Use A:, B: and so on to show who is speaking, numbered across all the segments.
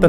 A: e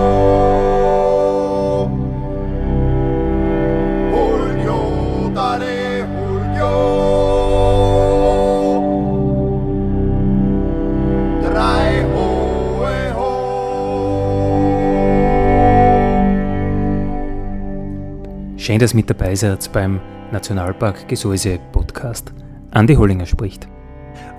A: Julio, Daddy Julio. Drei hohe Ho.
B: Schön, dass mit dabei seid beim Nationalpark Gesäuse Podcast. Andi Hollinger spricht.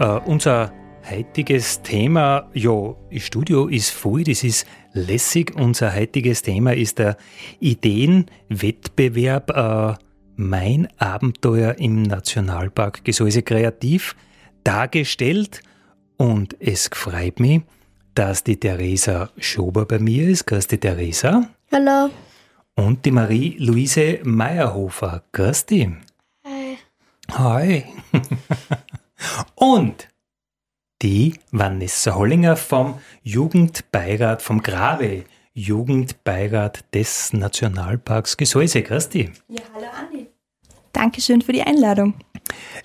B: Äh, unser heutiges Thema, ja, das Studio ist voll, das ist lässig. Unser heutiges Thema ist der Ideenwettbewerb äh, Mein Abenteuer im Nationalpark Gesäuse Kreativ dargestellt. Und es freut mich, dass die Theresa Schober bei mir ist. Grüß die Theresa.
C: Hallo.
B: Und die Marie-Luise Meierhofer. Grüß dich.
D: Äh,
C: Hi.
B: Hi. Und die Vanessa Hollinger vom Jugendbeirat vom Grave, Jugendbeirat des Nationalparks Gesäuse. Grüß dich.
C: Ja, hallo Andi. Dankeschön für die Einladung.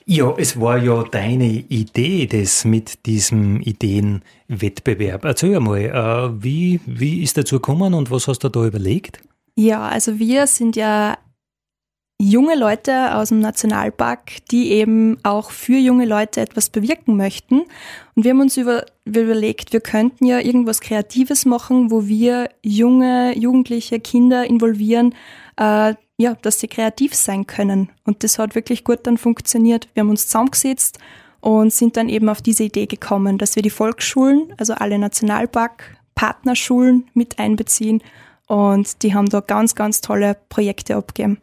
B: Ja, es war ja deine Idee, das mit diesem Ideenwettbewerb. Erzähl mal, äh, wie, wie ist dazu gekommen und was hast du da überlegt?
C: Ja, also wir sind ja junge Leute aus dem Nationalpark, die eben auch für junge Leute etwas bewirken möchten. Und wir haben uns über, wir überlegt, wir könnten ja irgendwas Kreatives machen, wo wir junge, jugendliche Kinder involvieren, äh, ja, dass sie kreativ sein können. Und das hat wirklich gut dann funktioniert. Wir haben uns zusammengesetzt und sind dann eben auf diese Idee gekommen, dass wir die Volksschulen, also alle Nationalpark-Partnerschulen mit einbeziehen. Und die haben da ganz, ganz tolle Projekte abgegeben.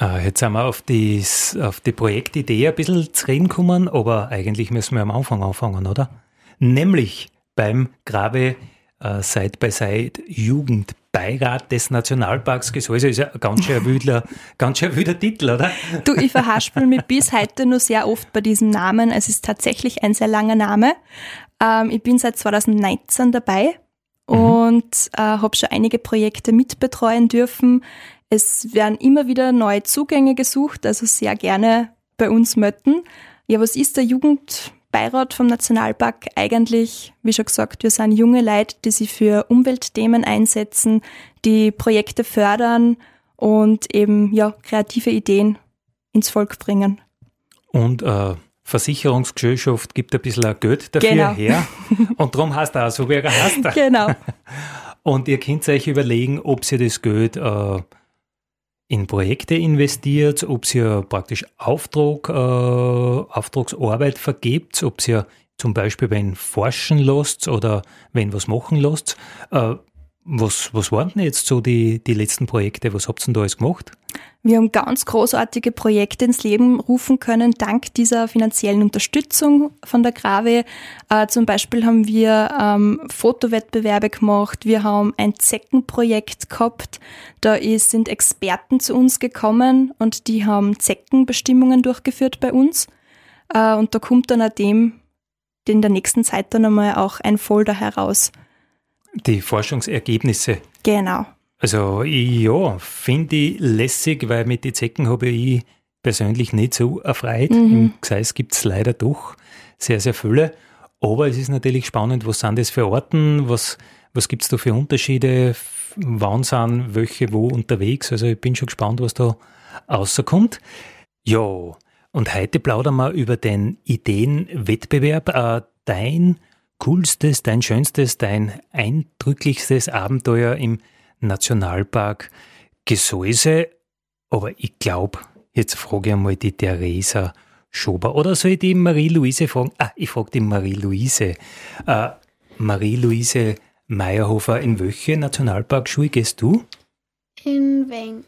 B: Äh, Jetzt sind wir auf die, auf die Projektidee ein bisschen zu reden gekommen, aber eigentlich müssen wir am Anfang anfangen, oder? Nämlich beim Grabe äh, Side by Side Jugendbeirat des Nationalparks Gesäuse ist ja ein ganz schön wüder, ganz schön wüder Titel, oder?
C: Du, ich verhaspel mich bis heute nur sehr oft bei diesem Namen. Es ist tatsächlich ein sehr langer Name. Ähm, ich bin seit 2019 dabei und äh, habe schon einige Projekte mitbetreuen dürfen. Es werden immer wieder neue Zugänge gesucht, also sehr gerne bei uns mötten. Ja, was ist der Jugendbeirat vom Nationalpark eigentlich? Wie schon gesagt, wir sind junge Leute, die sich für Umweltthemen einsetzen, die Projekte fördern und eben ja kreative Ideen ins Volk bringen.
B: Und äh, Versicherungsgesellschaft gibt ein bisschen ein Geld dafür
C: Genau.
B: her. Und darum heißt er auch so, wie er heißt.
C: Genau.
B: Und ihr könnt euch überlegen, ob ihr das Geld äh, in Projekte investiert, ob ihr praktisch Auftrag, äh, Auftragsarbeit vergebt, ob ihr zum Beispiel wen forschen lasst oder wen was machen lasst. Äh, was, was waren denn jetzt so die, die letzten Projekte? Was habt ihr denn da alles gemacht?
C: Wir haben ganz großartige Projekte ins Leben rufen können, dank dieser finanziellen Unterstützung von der Grave. Äh, zum Beispiel haben wir ähm, Fotowettbewerbe gemacht, wir haben ein Zeckenprojekt gehabt. Da ist, sind Experten zu uns gekommen und die haben Zeckenbestimmungen durchgeführt bei uns. Äh, und da kommt dann auch dem in der nächsten Zeit dann einmal auch ein Folder heraus.
B: Die Forschungsergebnisse.
C: Genau.
B: Also ja, finde ich lässig, weil mit den Zecken habe ich persönlich nicht so erfreut. Im Gseis gibt es leider doch sehr, sehr viele. Aber es ist natürlich spannend, was sind das für Orten, was, was gibt es da für Unterschiede, f- wann sind welche wo unterwegs. Also ich bin schon gespannt, was da rauskommt. Ja, und heute plaudern wir über den Ideenwettbewerb. Äh, dein coolstes, dein schönstes, dein eindrücklichstes Abenteuer im Nationalpark Gesäuse. Aber ich glaube, jetzt frage ich einmal die Theresa Schober oder soll ich die Marie-Louise fragen? Ah, ich frage die Marie-Louise. Äh, Marie-Louise Meierhofer, in welche Nationalparkschule gehst du?
D: In Weng.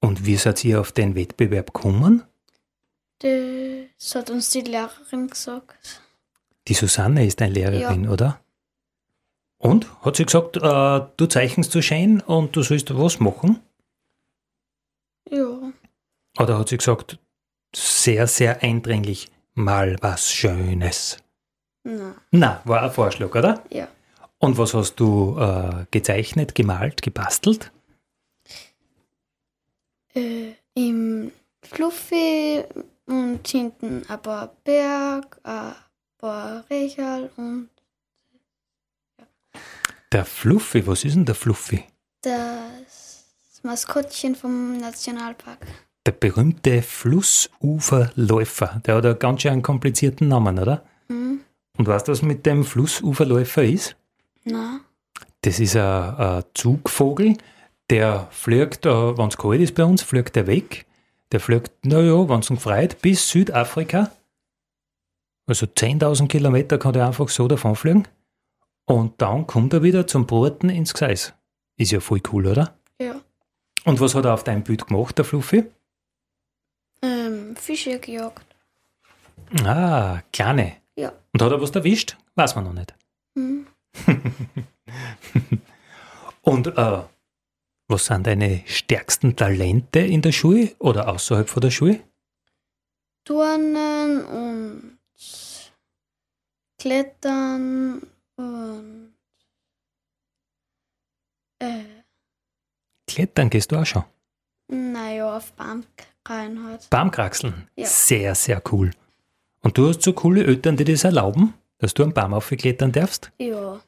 B: Und wie seid ihr auf den Wettbewerb gekommen?
D: Das hat uns die Lehrerin gesagt.
B: Die Susanne ist deine Lehrerin, oder? Und hat sie gesagt, äh, du zeichnest so schön und du sollst was machen?
D: Ja.
B: Oder hat sie gesagt, sehr, sehr eindringlich, mal was Schönes.
D: Na,
B: Na, war ein Vorschlag, oder?
D: ja.
B: Und was hast du äh, gezeichnet, gemalt, gebastelt?
D: Äh, Im Fluffy und hinten ein paar Berg, ein paar Recherl und
B: Der Fluffy, was ist denn der Fluffy?
D: das Maskottchen vom Nationalpark.
B: Der berühmte Flussuferläufer. Der hat einen ganz schön komplizierten Namen, oder?
D: Hm?
B: Und weißt du, was mit dem Flussuferläufer ist?
D: Na,
B: Das ist ein, ein Zugvogel, der fliegt, äh, wenn es kalt ist bei uns, fliegt er weg. Der fliegt, naja, wenn es ihn freut, bis Südafrika. Also 10.000 Kilometer kann der einfach so davonfliegen. Und dann kommt er wieder zum Broten ins Gseis. Ist ja voll cool, oder?
D: ja.
B: Und was hat er auf deinem Bild gemacht, der Fluffy?
D: Ähm, Fische gejagt.
B: Ah, kleine.
D: Ja.
B: Und hat er was erwischt? Weiß man noch nicht.
D: Hm?
B: Und äh, was sind deine stärksten Talente in der Schule oder außerhalb von der Schule?
D: Turnen und Klettern und äh,
B: Klettern gehst du auch schon.
D: naja, auf Bank rein halt.
B: Baumkraxeln.
D: Ja.
B: Sehr, sehr cool. Und du hast so coole Eltern, die das erlauben, dass du am Baum aufklettern darfst?
D: Ja.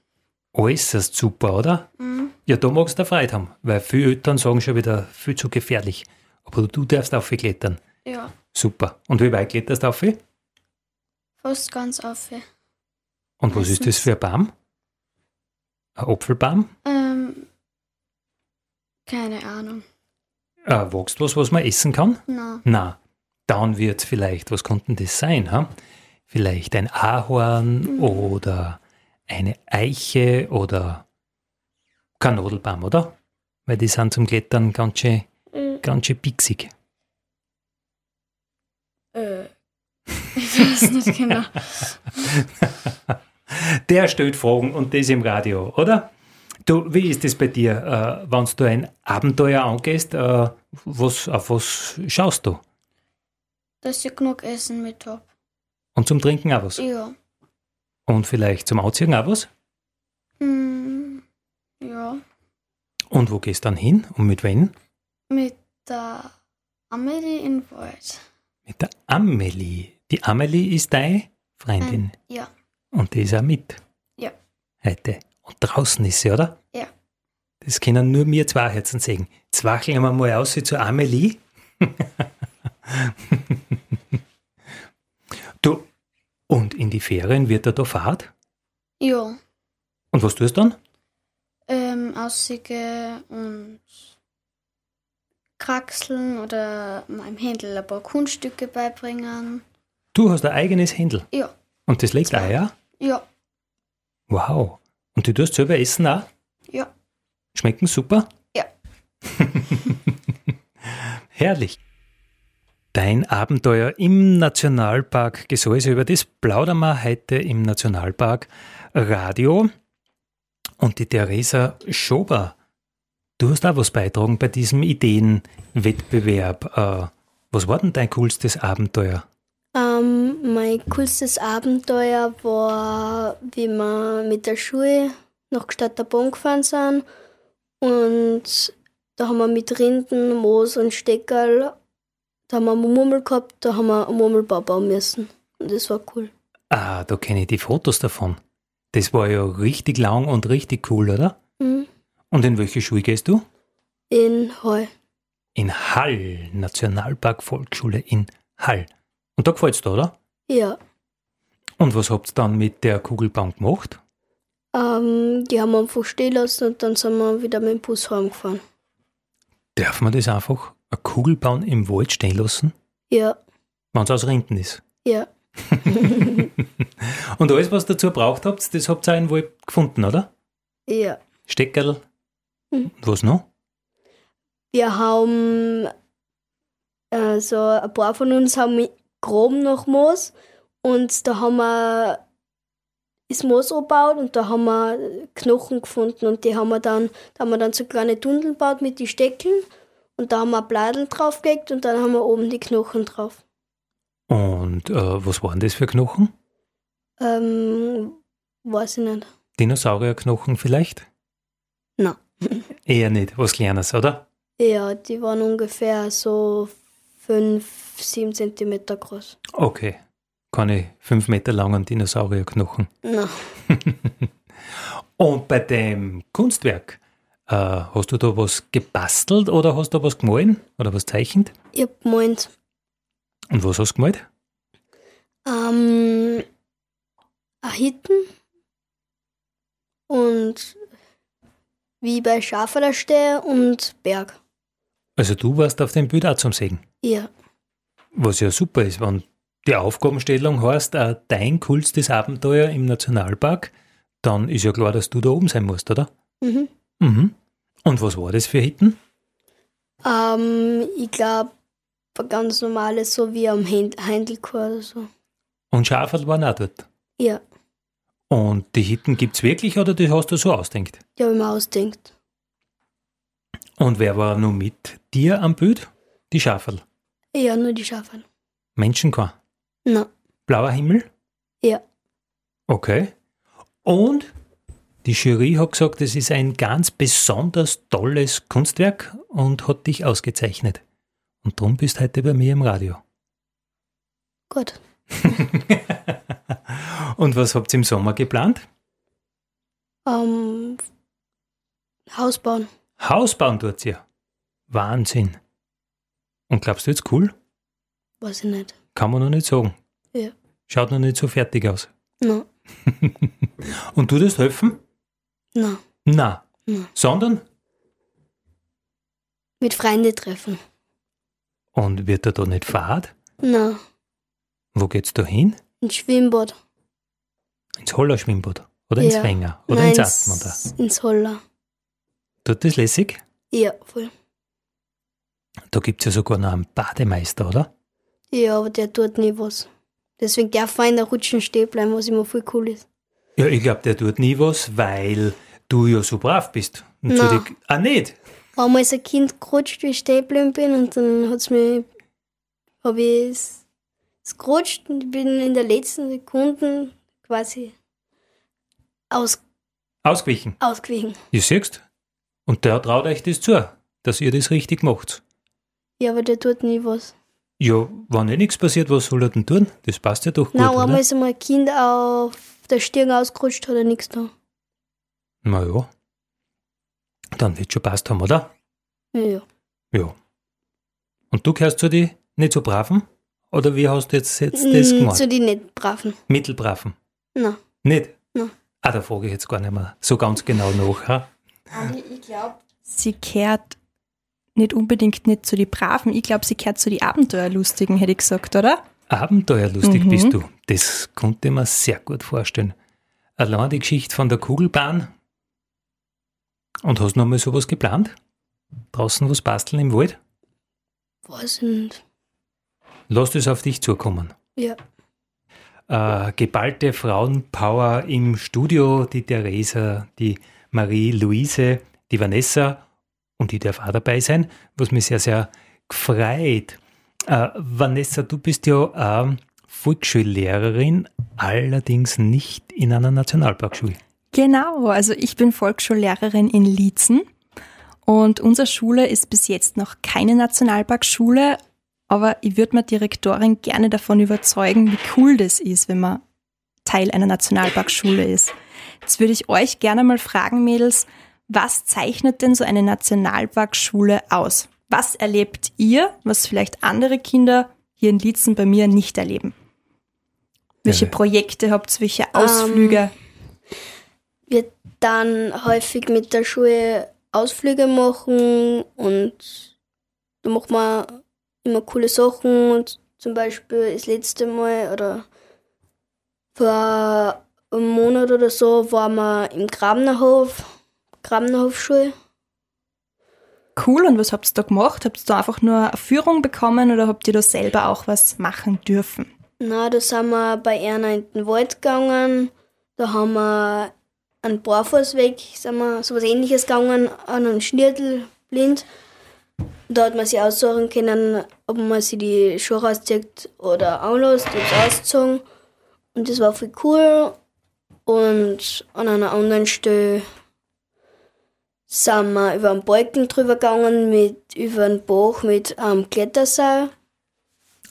B: Äußerst super, oder?
D: Hm?
B: Ja, da magst du Freude haben, weil viele Eltern sagen schon wieder, viel zu gefährlich. Aber du darfst aufklettern.
D: Ja,
B: Super. Und wie weit kletterst du auf? Und
D: fast ganz auf.
B: was ist das für ein Baum? Ein Apfelbaum?
D: Ähm, keine Ahnung.
B: Äh, wächst was, was man essen kann?
D: Na,
B: Na, dann wird vielleicht, was konnte denn das sein? Ha? Vielleicht ein Ahorn oder eine Eiche oder kein Nadelbaum, oder? Weil die sind zum Klettern ganz schön,
D: äh,
B: ganz schön pixig.
D: äh. ich weiß nicht genau.
B: Der stellt Fragen und das im Radio, oder? Du, wie ist das bei dir, äh, wenn du ein Abenteuer angehst? Äh, was, auf was schaust du?
D: Dass ich genug Essen mit hab.
B: Und zum Trinken auch was?
D: Ja.
B: Und vielleicht zum Ausziehen auch was?
D: Hm, ja.
B: Und wo gehst du dann hin und mit wem?
D: Mit der Amelie in Wald.
B: Mit der Amelie. Die Amelie ist deine Freundin.
D: Ein- Ja.
B: Und die ist auch mit.
D: Mhm. Ja.
B: Heute. Und draußen ist sie, oder?
D: Ja.
B: Das können nur mir zwei Herzen sehen. Jetzt wacheln wir mal aus zur Amelie. du, und in die Ferien wird er da Fahrt?
D: Ja.
B: Und was tust du dann?
D: Ähm, Aussiege und Kraxeln oder meinem Händel ein paar Kunststücke beibringen.
B: Du hast ein eigenes Händel.
D: Ja.
B: Und das legt Eier?
D: Ja.
B: Wow. Und du tust selber essen auch?
D: Ja.
B: Schmecken super?
D: Ja.
B: Herrlich. Dein Abenteuer im Nationalpark Gesäuse, über das plaudern wir heute im Nationalpark Radio. Und die Theresa Schober, du hast auch was beitragen bei diesem Ideenwettbewerb. Äh, was war denn dein coolstes Abenteuer?
E: Ähm, mein coolstes Abenteuer war, wie wir mit der Schule nach Gstatterbonn gefahren sind. Und da haben wir mit Rinden, Moos und Steckerl, da haben wir eine Murmel gehabt, da haben wir einen Murmelbau bauen müssen. Und das war cool.
B: Ah, da kenne ich die Fotos davon. Das war ja richtig lang und richtig cool, oder?
E: Mhm.
B: Und in welche Schule gehst du?
E: In Heu.
B: in Hall, Nationalpark Volksschule in Hall. Und da gefällt's dir, oder?
E: Ja.
B: Und was habt ihr dann mit der Kugelbahn gemacht?
E: Ähm, die haben wir einfach stehen lassen und dann sind wir wieder mit dem Bus heimgefahren.
B: Darf man das einfach, eine Kugelbahn im Wald stehen lassen,
E: Ja,
B: wenn's aus Rinden ist?
E: ja,
B: Und alles, was dazu braucht habt, das habt ihr auch im Wald gefunden, oder?
E: ja.
B: Steckerl,
E: Mhm.
B: und was noch?
E: Wir haben, also ein paar von uns haben grob noch Moos und da haben wir das Moos angebaut und da haben wir Knochen gefunden und die haben wir dann, da haben wir dann so kleine Tunnel gebaut mit den Steckeln Und da haben wir Bladeln draufgelegt und dann haben wir oben die Knochen drauf.
B: Und äh, was waren das für Knochen?
E: Ähm, weiß ich nicht.
B: Dinosaurierknochen vielleicht?
E: Na.
B: Eher nicht, was Kleines, oder?
E: Ja, die waren ungefähr so 5, 7 cm groß.
B: Okay. Keine fünf Meter langen Dinosaurierknochen.
E: Na,
B: Und bei dem Kunstwerk, äh, hast du da was gebastelt oder hast du was gemahlen oder was zeichnet?
E: ich hab gemeint,
B: Und was hast du gemalt?
E: ähm, Ahiten und wie bei Schafe da stehe und Berg.
B: Also du warst auf dem Bild auch zum Segen.
E: Ja,
B: Was ja super ist, wenn die Aufgabenstellung heißt, äh, dein coolstes Abenteuer im Nationalpark, dann ist ja klar, dass du da oben sein musst, oder?
E: mhm.
B: Mhm. Und was war das für Hitten?
E: Ähm, ich glaube, ganz normales, so wie am Händ- Händelchor oder so.
B: Und Schaferl waren auch dort.
E: Ja,
B: Und die Hitten gibt's wirklich oder die hast du so ausdenkt?
E: die habe ich mir ausdenkt.
B: Und wer war nun mit dir am Bild? Die Schaferl.
E: Ja, nur die Schafe.
B: Menschenkar.
E: Na,
B: Blauer Himmel?
E: Ja.
B: Okay. Und die Jury hat gesagt, es ist ein ganz besonders tolles Kunstwerk und hat dich ausgezeichnet. Und darum bist heute bei mir im Radio.
E: gut.
B: und was habt ihr im Sommer geplant?
E: Ähm, Haus bauen.
B: Haus bauen tut ihr. Wahnsinn. Und glaubst du jetzt cool?
E: Weiß ich nicht.
B: Kann man noch nicht sagen.
E: Ja.
B: Schaut noch nicht so fertig aus.
E: Na,
B: Und du das helfen?
E: na.
B: Na.
E: Nein.
B: Sondern?
E: Mit Freunden treffen.
B: Und wird er da nicht fad?
E: Na,
B: Wo geht's da hin?
E: ins Schwimmbad.
B: Ins Hollerschwimmbad oder ins
E: Ja.
B: Wenger oder
E: Nein,
B: ins Atmender.
E: Ins Holler.
B: Tut das lässig?
E: Ja, voll.
B: Da gibt es ja sogar noch einen Bademeister, oder?
E: Ja, aber der tut nie was. Deswegen darf man in der Rutschen stehen bleiben, was immer voll cool ist.
B: Ja, ich glaube, der tut nie was, weil du ja so brav bist. Und zu
E: Na.
B: dir- ah, nicht?
E: Einmal als ein Kind gerutscht, wie ich stehen geblieben bin und dann hat's mir, habe ich es es gerutscht und ich bin in der letzten Sekunde quasi aus,
B: Ausgewichen.
E: ausgewichen.
B: Ihr siehst? Und der traut euch das zu, dass ihr das richtig macht.
E: Ja, aber der tut nie was.
B: Ja, wenn eh nichts passiert, was soll er denn tun? Das passt ja doch gut,
E: Nein, einmal
B: oder?
E: ist einmal ein Kind auf der Stirn ausgerutscht, hat er nichts da.
B: Na ja. Dann wird schon passt haben, oder?
E: Ja.
B: Ja. Und du gehörst zu die nicht so braven? Oder wie hast du jetzt, jetzt das
E: Mm,
B: gemacht?
E: Zu den nicht braven.
B: Mittelbraven?
E: Nein.
B: Nicht?
E: Nein.
B: Ah, da frage ich jetzt gar nicht mehr so ganz genau nach. Ha?
D: Ich glaube,
C: Sie kehrt nicht unbedingt nicht zu den Braven, ich glaube, sie kehrt zu den Abenteuerlustigen, hätte ich gesagt, oder?
B: Abenteuerlustig
C: Mhm.
B: bist du. Das konnte man sehr gut vorstellen. Allein die Geschichte von der Kugelbahn. Und hast noch mal sowas geplant? Draußen was basteln im Wald?
E: Weiß ich nicht.
B: Lass das auf dich zukommen.
E: Ja.
B: äh, geballte Frauenpower im Studio. Die Theresa, die Marie-Louise, die Vanessa und ich darf auch dabei sein, was mich sehr, sehr gefreut. Äh, Vanessa, du bist ja ähm, Volksschullehrerin, allerdings nicht in einer Nationalparkschule.
C: Genau, also ich bin Volksschullehrerin in Liezen und unsere Schule ist bis jetzt noch keine Nationalparkschule, aber ich würde meine Direktorin gerne davon überzeugen, wie cool das ist, wenn man Teil einer Nationalparkschule ist. Jetzt würde ich euch gerne mal fragen, Mädels, was zeichnet denn so eine Nationalparkschule aus? Was erlebt ihr, was vielleicht andere Kinder hier in Liezen bei mir nicht erleben? Welche
B: Ja.
C: Projekte habt ihr, welche Ausflüge?
E: Wir dann häufig mit der Schule Ausflüge machen und da macht man immer coole Sachen und zum Beispiel das letzte Mal oder vor einem Monat oder so waren wir im Grabnerhof, Grabnerhofschule.
C: Cool, und was habt ihr da gemacht? Habt ihr da einfach nur eine Führung bekommen oder habt ihr da selber auch was machen dürfen?
E: Na, da sind wir bei einer in den Wald gegangen. Da haben wir einen Barfußweg, sind wir sowas ähnliches gegangen, an einem Schnirtel blind. Da hat man sich aussuchen können, ob man sich die Schuhe rauszieht oder anlässt. Ich hab's ausgezogen. Und das war viel cool. Und an einer anderen Stelle sind wir über einen Balken drüber gegangen, mit, über einen Bach mit einem Kletterseil.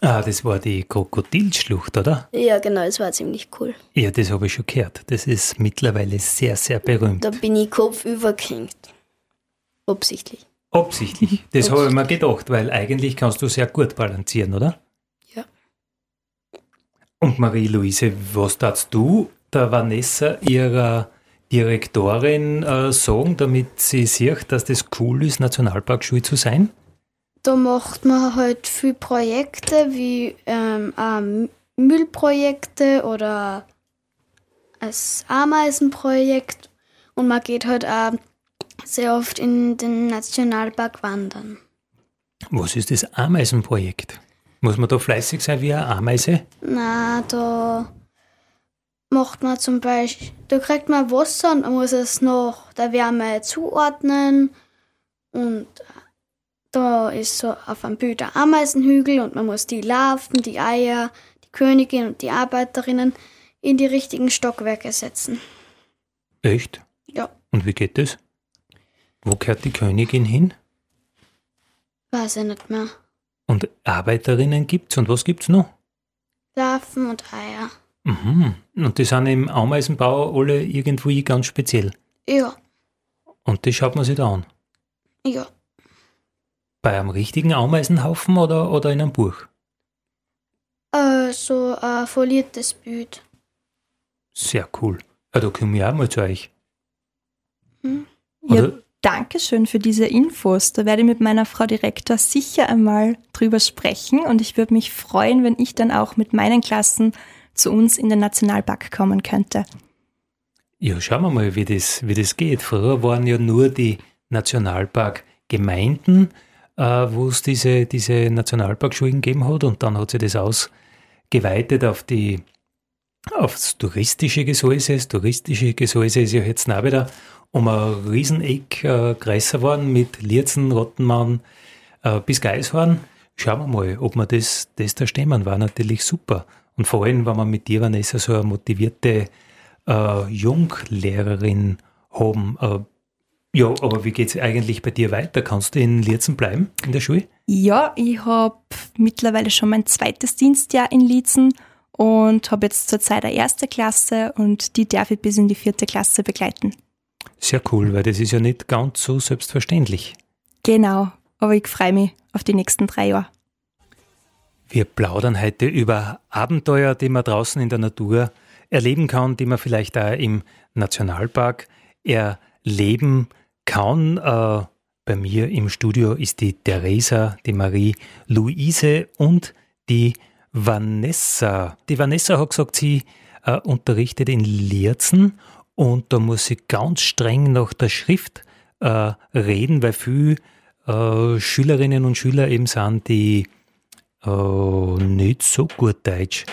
B: Ah, das war die Krokodilschlucht, oder?
E: Ja, genau, das war ziemlich cool.
B: Ja, das habe ich schon gehört. Das ist mittlerweile sehr, sehr berühmt.
E: Da bin ich kopfüber gehängt. Absichtlich.
B: Absichtlich. Das habe ich mir gedacht, weil eigentlich kannst du sehr gut balancieren, oder?
E: Ja.
B: Und Marie-Louise, was darfst du der Vanessa, ihrer Direktorin, äh, sagen, damit sie sieht, dass das cool ist, Nationalparkschule zu sein?
D: Da macht man halt viel Projekte wie ähm, ähm, Müllprojekte oder das Ameisenprojekt. Und man geht halt auch sehr oft in den Nationalpark wandern.
B: Was ist das Ameisenprojekt? Muss man da fleißig sein wie eine Ameise?
D: Na, da macht man zum Beispiel, da kriegt man Wasser und man muss es noch der Wärme zuordnen. Und da ist so auf einem Bild der Ameisenhügel und man muss die Larven, die Eier, die Königin und die Arbeiterinnen in die richtigen Stockwerke setzen.
B: Echt?
D: Ja,
B: Und wie geht das? Wo gehört die Königin hin?
D: weiß ich nicht mehr.
B: Und Arbeiterinnen gibt's und was gibt's noch?
D: Larven und Eier.
B: Mhm. Und die sind im Ameisenbau alle irgendwie ganz speziell.
D: Ja,
B: Und das schaut man sich da an.
D: ja.
B: Bei einem richtigen Ameisenhaufen oder, oder in einem Buch?
D: Äh, so ein foliertes Bild.
B: Sehr cool. Ja, da komme ich auch mal zu euch.
C: Ja,
B: Oder-
C: danke schön für diese Infos. Da werde ich mit meiner Frau Direktor sicher einmal drüber sprechen und ich würde mich freuen, wenn ich dann auch mit meinen Klassen zu uns in den Nationalpark kommen könnte.
B: Ja, schauen wir mal, wie das, wie das geht. Früher waren ja nur die Nationalparkgemeinden, äh, wo es diese, diese Nationalparkschulen gegeben hat und dann hat sich das ausgeweitet auf die aufs touristische Gesäuse. Das touristische Gesäuse ist ja jetzt auch wieder um ein Rieseneck äh, größer geworden mit Lierzen, Rottenmann äh, bis Geishorn. Schauen wir mal, ob wir das, das da stemmen. War natürlich super. Und vor allem, wenn man mit dir, Vanessa, so eine motivierte äh, Junglehrerin haben. Äh, ja, aber wie geht es eigentlich bei dir weiter? Kannst du in Lierzen bleiben, in der Schule?
C: Ja, ich habe mittlerweile schon mein zweites Dienstjahr in Liezen und habe jetzt zurzeit eine erste Klasse und die darf ich bis in die vierte Klasse begleiten.
B: Sehr cool, weil das ist ja nicht ganz so selbstverständlich.
C: Genau, aber ich freue mich auf die nächsten drei Jahre.
B: Wir plaudern heute über Abenteuer, die man draußen in der Natur erleben kann, die man vielleicht auch im Nationalpark erleben kann. Äh, bei mir im Studio ist die Theresa, die Marie, Luise und die Vanessa. Die Vanessa hat gesagt, sie äh, unterrichtet in Lierzen und da muss sie ganz streng nach der Schrift äh, reden, weil viele äh, Schülerinnen und Schüler eben sind, die Oh, nicht so gut Deutsch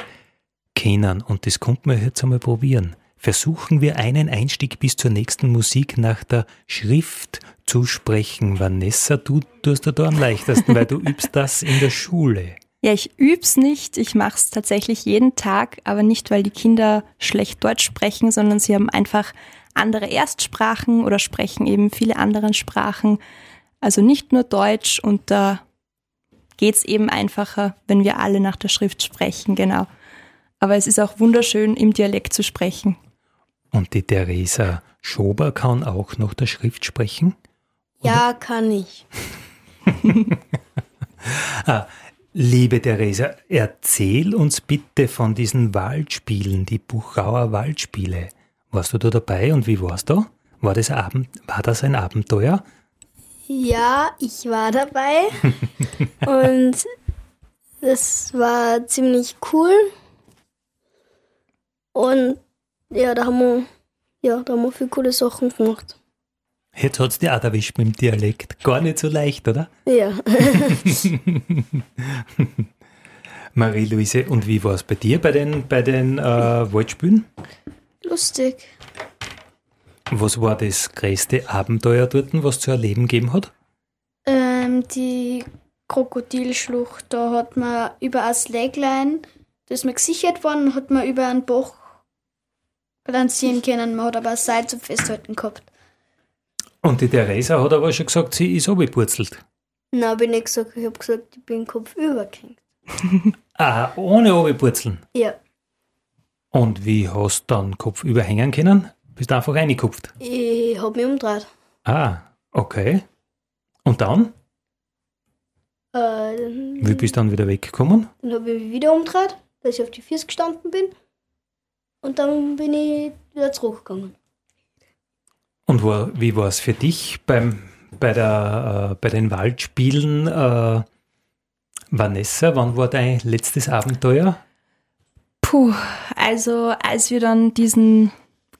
B: kennen. Und das konnten wir jetzt einmal probieren. Versuchen wir einen Einstieg bis zur nächsten Musik nach der Schrift zu sprechen. Vanessa, du tust dir da am leichtesten, weil du übst das in der Schule.
C: Ja, ich üb's nicht. Ich mach's tatsächlich jeden Tag, aber nicht, weil die Kinder schlecht Deutsch sprechen, sondern sie haben einfach andere Erstsprachen oder sprechen eben viele andere Sprachen. Also nicht nur Deutsch und da geht's eben einfacher, wenn wir alle nach der Schrift sprechen, genau. Aber es ist auch wunderschön, im Dialekt zu sprechen.
B: Und die Theresa Schober kann auch nach der Schrift sprechen.
E: Ja, kann ich.
B: Liebe Theresa, erzähl uns bitte von diesen Waldspielen, die Buchauer Waldspiele. Warst du da dabei und wie warst du? War das, Abend, war das ein Abenteuer?
E: Ja, ich war dabei. und das war ziemlich cool. Und ja, da haben wir, ja, da haben wir viele coole Sachen gemacht.
B: Jetzt hat's dir auch erwischt mit dem Dialekt. Gar nicht so leicht, oder?
E: Ja.
B: Marie-Louise, und wie war's bei dir bei den, bei den äh, Waldspielen?
D: Lustig.
B: Was war das größte Abenteuer dort, was zu erleben gegeben hat?
D: Ähm, ähm, die Krokodilschlucht, da hat man über ein Slackline, da ist man gesichert worden, hat man über einen Bach balancieren können. Man hat aber ein Seil zum Festhalten gehabt.
B: Und die Theresa hat aber schon gesagt, sie ist abgepurzelt.
E: Nein, habe ich nicht gesagt. Ich habe gesagt, ich bin kopfüber gehängt.
B: Ah, ohne abgepurzeln.
E: Ja,
B: Und wie hast du dann Kopf überhängen können? Bist du einfach reingekupft?
E: ich habe mich umgedreht.
B: Ah, okay. Und dann?
E: Äh, dann
B: Wie bist du dann wieder weggekommen?
E: dann habe ich mich wieder umgedreht, dass ich auf die Füße gestanden bin. Und dann bin ich wieder zurückgegangen.
B: Und war, wie war es für dich beim, bei, der, äh, bei den Waldspielen? Äh, Vanessa, wann war dein letztes Abenteuer?
C: Puh, also als wir dann diesen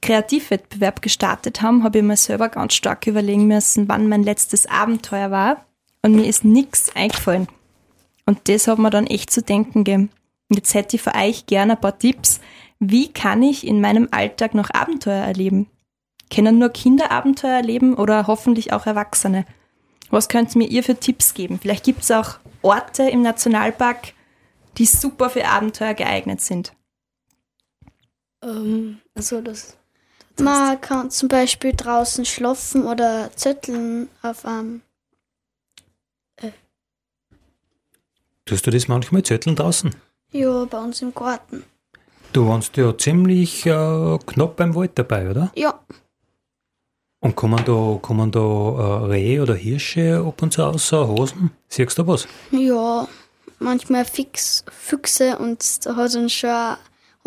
C: Kreativwettbewerb gestartet haben, habe ich mir selber ganz stark überlegen müssen, wann mein letztes Abenteuer war. Und mir ist nichts eingefallen. Und das hat mir dann echt zu denken gegeben. Und Jetzt hätte ich für euch gerne ein paar Tipps. Wie kann ich in meinem Alltag noch Abenteuer erleben? Können nur Kinder Abenteuer erleben oder hoffentlich auch Erwachsene? Was könnt mir ihr für Tipps geben? Vielleicht gibt es auch Orte im Nationalpark, die super für Abenteuer geeignet sind.
E: Ähm, also das.
D: Man kann zum Beispiel draußen schlafen oder zetteln auf einem.
B: Tust du das manchmal zetteln draußen?
D: Ja, bei uns im Garten.
B: Du warst ja ziemlich äh, knapp beim Wald dabei, oder?
D: Ja,
B: Und kommen da, kommen da äh, Rehe oder Hirsche ab und zu raus, äh, Hosen? Siehst du was?
D: ja, manchmal fix Füchse und da hat uns schon, hat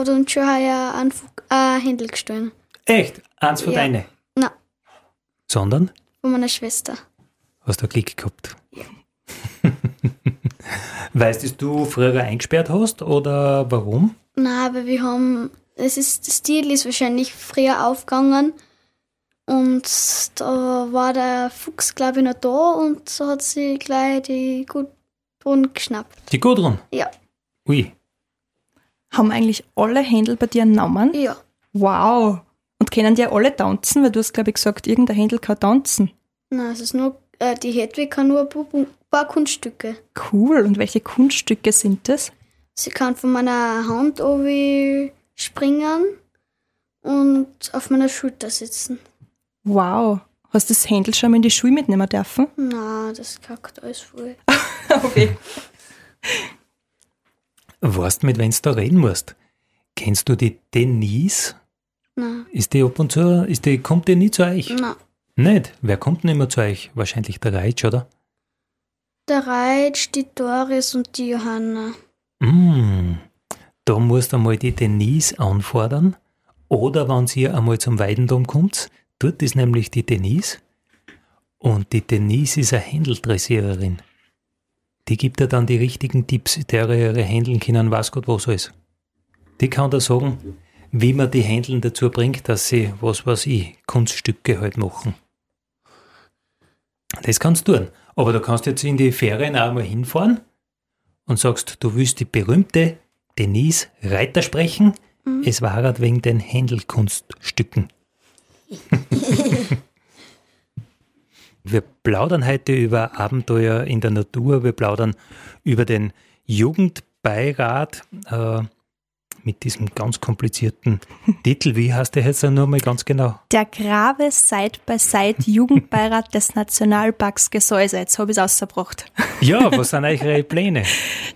D: uns schon heuer ein, Fuch- ein Händel gestohlen.
B: Echt? Eins von
D: Ja.
B: deine?
D: Nein.
B: Sondern?
D: Von meiner Schwester.
B: Hast du Glück gehabt? weißt du, dass du früher eingesperrt hast oder warum?
D: Na, aber wir haben, es ist, das Tier ist wahrscheinlich früher aufgegangen und da war der Fuchs, glaube ich, noch da und so hat sie gleich die gut Boden geschnappt.
B: Die Gudrun?
D: Ja,
B: Ui.
C: Haben eigentlich alle Händel bei dir einen Namen?
D: ja.
C: Wow. Und können die alle tanzen? Weil du hast, glaube ich, gesagt, irgendein Händel kann tanzen.
D: Na, es ist nur, äh, die Hedwig kann nur ein paar, Bu- paar Kunststücke.
C: Cool. Und welche Kunststücke sind das?
D: Sie kann von meiner Hand oben springen und auf meiner Schulter sitzen.
C: Wow. Hast du das Händel schon mal in die Schule mitnehmen dürfen?
D: Na, das kackt alles voll.
C: Okay.
B: Weißt mit wem du da reden musst? Kennst du die Denise?
D: Na,
B: Ist die ab und zu, ist die, kommt die nie zu euch?
D: na.
B: Nicht? Wer kommt denn immer zu euch? Wahrscheinlich der Reitsch, oder?
D: Der Reitsch, die Doris und die Johanna.
B: Mm, da musst du einmal die Denise anfordern. Oder wenn ihr einmal zum Weidendom kommt, dort ist nämlich die Denise. Und die Denise ist eine Händeldressiererin. Die gibt dir dann die richtigen Tipps, der ihre Händeln können, weiß Gott was alles. Die kann dir sagen, wie man die Händeln dazu bringt, dass sie, was weiß ich, Kunststücke halt machen. Das kannst du tun. Aber du kannst jetzt in die Ferien auch mal hinfahren und sagst, du willst die berühmte Denise Reiter sprechen.
C: Mhm.
B: Es war halt wegen den Händelkunststücken. wir plaudern heute über Abenteuer in der Natur. Wir plaudern über den Jugendbeirat äh, mit diesem ganz komplizierten Titel. Wie heißt der jetzt nur mal ganz genau?
C: Der Grave Side by Side Jugendbeirat des Nationalparks Gesäuse. Jetzt habe ich es ausgebracht.
B: Ja, was sind eigentlich Ihre Pläne?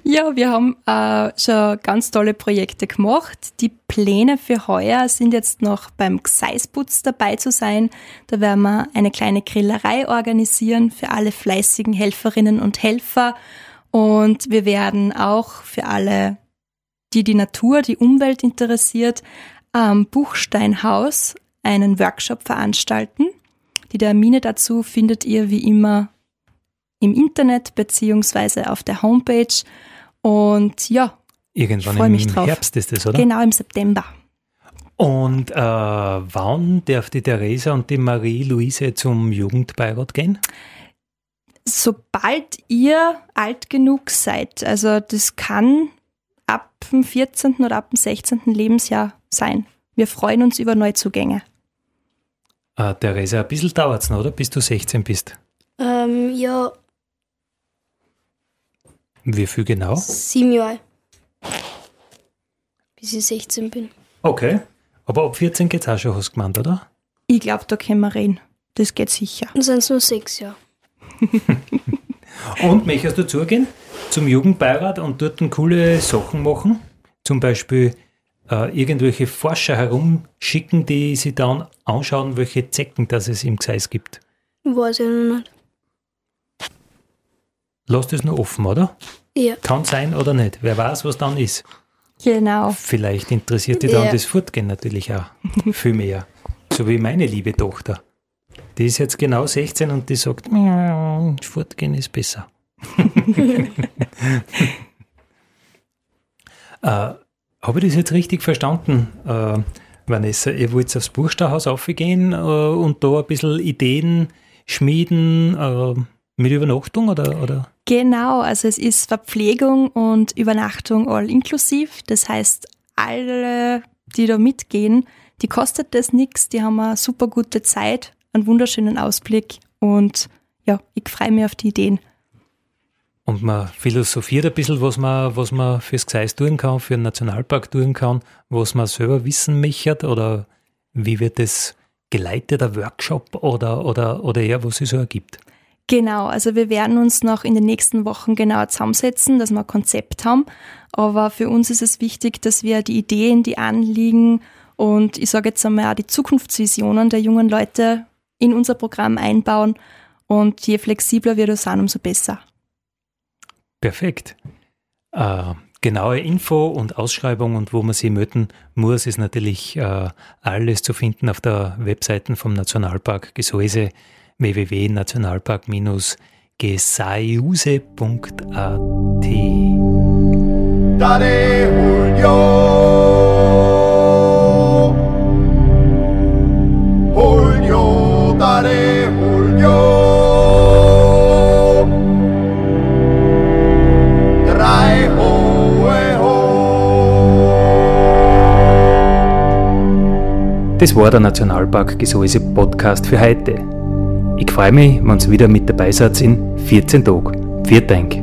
C: Ja, wir haben äh, schon ganz tolle Projekte gemacht. Die Pläne für heuer sind jetzt noch beim Gseisputz dabei zu sein. Da werden wir eine kleine Grillerei organisieren für alle fleißigen Helferinnen und Helfer. Und wir werden auch für alle, die die Natur, die Umwelt interessiert, am Buchsteinhaus einen Workshop veranstalten. Die Termine dazu findet ihr wie immer im Internet beziehungsweise auf der Homepage. Und ja,
B: Irgendwann
C: Ich freu
B: im
C: mich drauf.
B: Herbst ist das, oder?
C: genau im September.
B: Und äh, wann darf die Theresa und die Marie-Louise zum Jugendbeirat gehen?
C: Sobald ihr alt genug seid, also das kann ab dem 14. oder ab dem 16. Lebensjahr sein. Wir freuen uns über Neuzugänge.
B: Äh, Theresa, ein bisschen dauert es noch, oder? Bis du 16 bist.
E: Ähm, ja,
B: Wie viel genau?
E: Sieben Jahre. Bis ich 16 bin.
B: Okay. Aber ab 14 geht's auch schon, hast du gemeint, oder?
C: Ich glaube, da können wir reden. Das geht sicher.
E: Dann sind es nur sechs Jahre.
B: Und möchtest du zugehen zum Jugendbeirat und dort dann coole Sachen machen? Zum Beispiel äh, irgendwelche Forscher herumschicken, die sich dann anschauen, welche Zecken das es im Gseis gibt.
E: Weiß ich noch nicht.
B: Lass das nur offen, oder?
E: Ja.
B: Kann sein oder nicht. Wer weiß, was dann ist.
C: Genau.
B: Vielleicht interessiert die dann
E: Ja.
B: das Fortgehen natürlich auch viel mehr. So wie meine liebe Tochter. Die ist jetzt genau 16 und die sagt, "Miau, Fortgehen ist besser. äh, Habe ich das jetzt richtig verstanden, äh, Vanessa? Ihr wollt aufs Buchstahaus aufgehen äh, und da ein bisschen Ideen schmieden äh, mit Übernachtung oder? oder?
C: Genau, also es ist Verpflegung und Übernachtung all inklusiv. Das heißt, alle, die da mitgehen, die kostet das nichts, die haben eine super gute Zeit, einen wunderschönen Ausblick und ja, ich freue mich auf die Ideen.
B: Und man philosophiert ein bisschen, was man, was man fürs Gseis tun kann, für den Nationalpark tun kann, was man selber wissen möchte oder wie wird das geleitet, ein Workshop oder, oder, oder eher, was es so ergibt.
C: Genau, also wir werden uns noch in den nächsten Wochen genauer zusammensetzen, dass wir ein Konzept haben. Aber für uns ist es wichtig, dass wir die Ideen, die Anliegen und ich sage jetzt einmal auch die Zukunftsvisionen der jungen Leute in unser Programm einbauen. Und je flexibler wir da sind, umso besser.
B: Perfekt. Äh, genaue Info und Ausschreibung und wo man sie möten muss, ist natürlich äh, alles zu finden auf der Webseite vom Nationalpark Gesäuse www.nationalpark-gesause.at.
A: Daré Julio. Julio, daré Julio. Drei hohe Ho.
B: Das war der Nationalpark Gesäuse Podcast für heute. Ich freue mich, wenn Sie wieder mit dabei seid in 14 Tagen. Vielen Dank.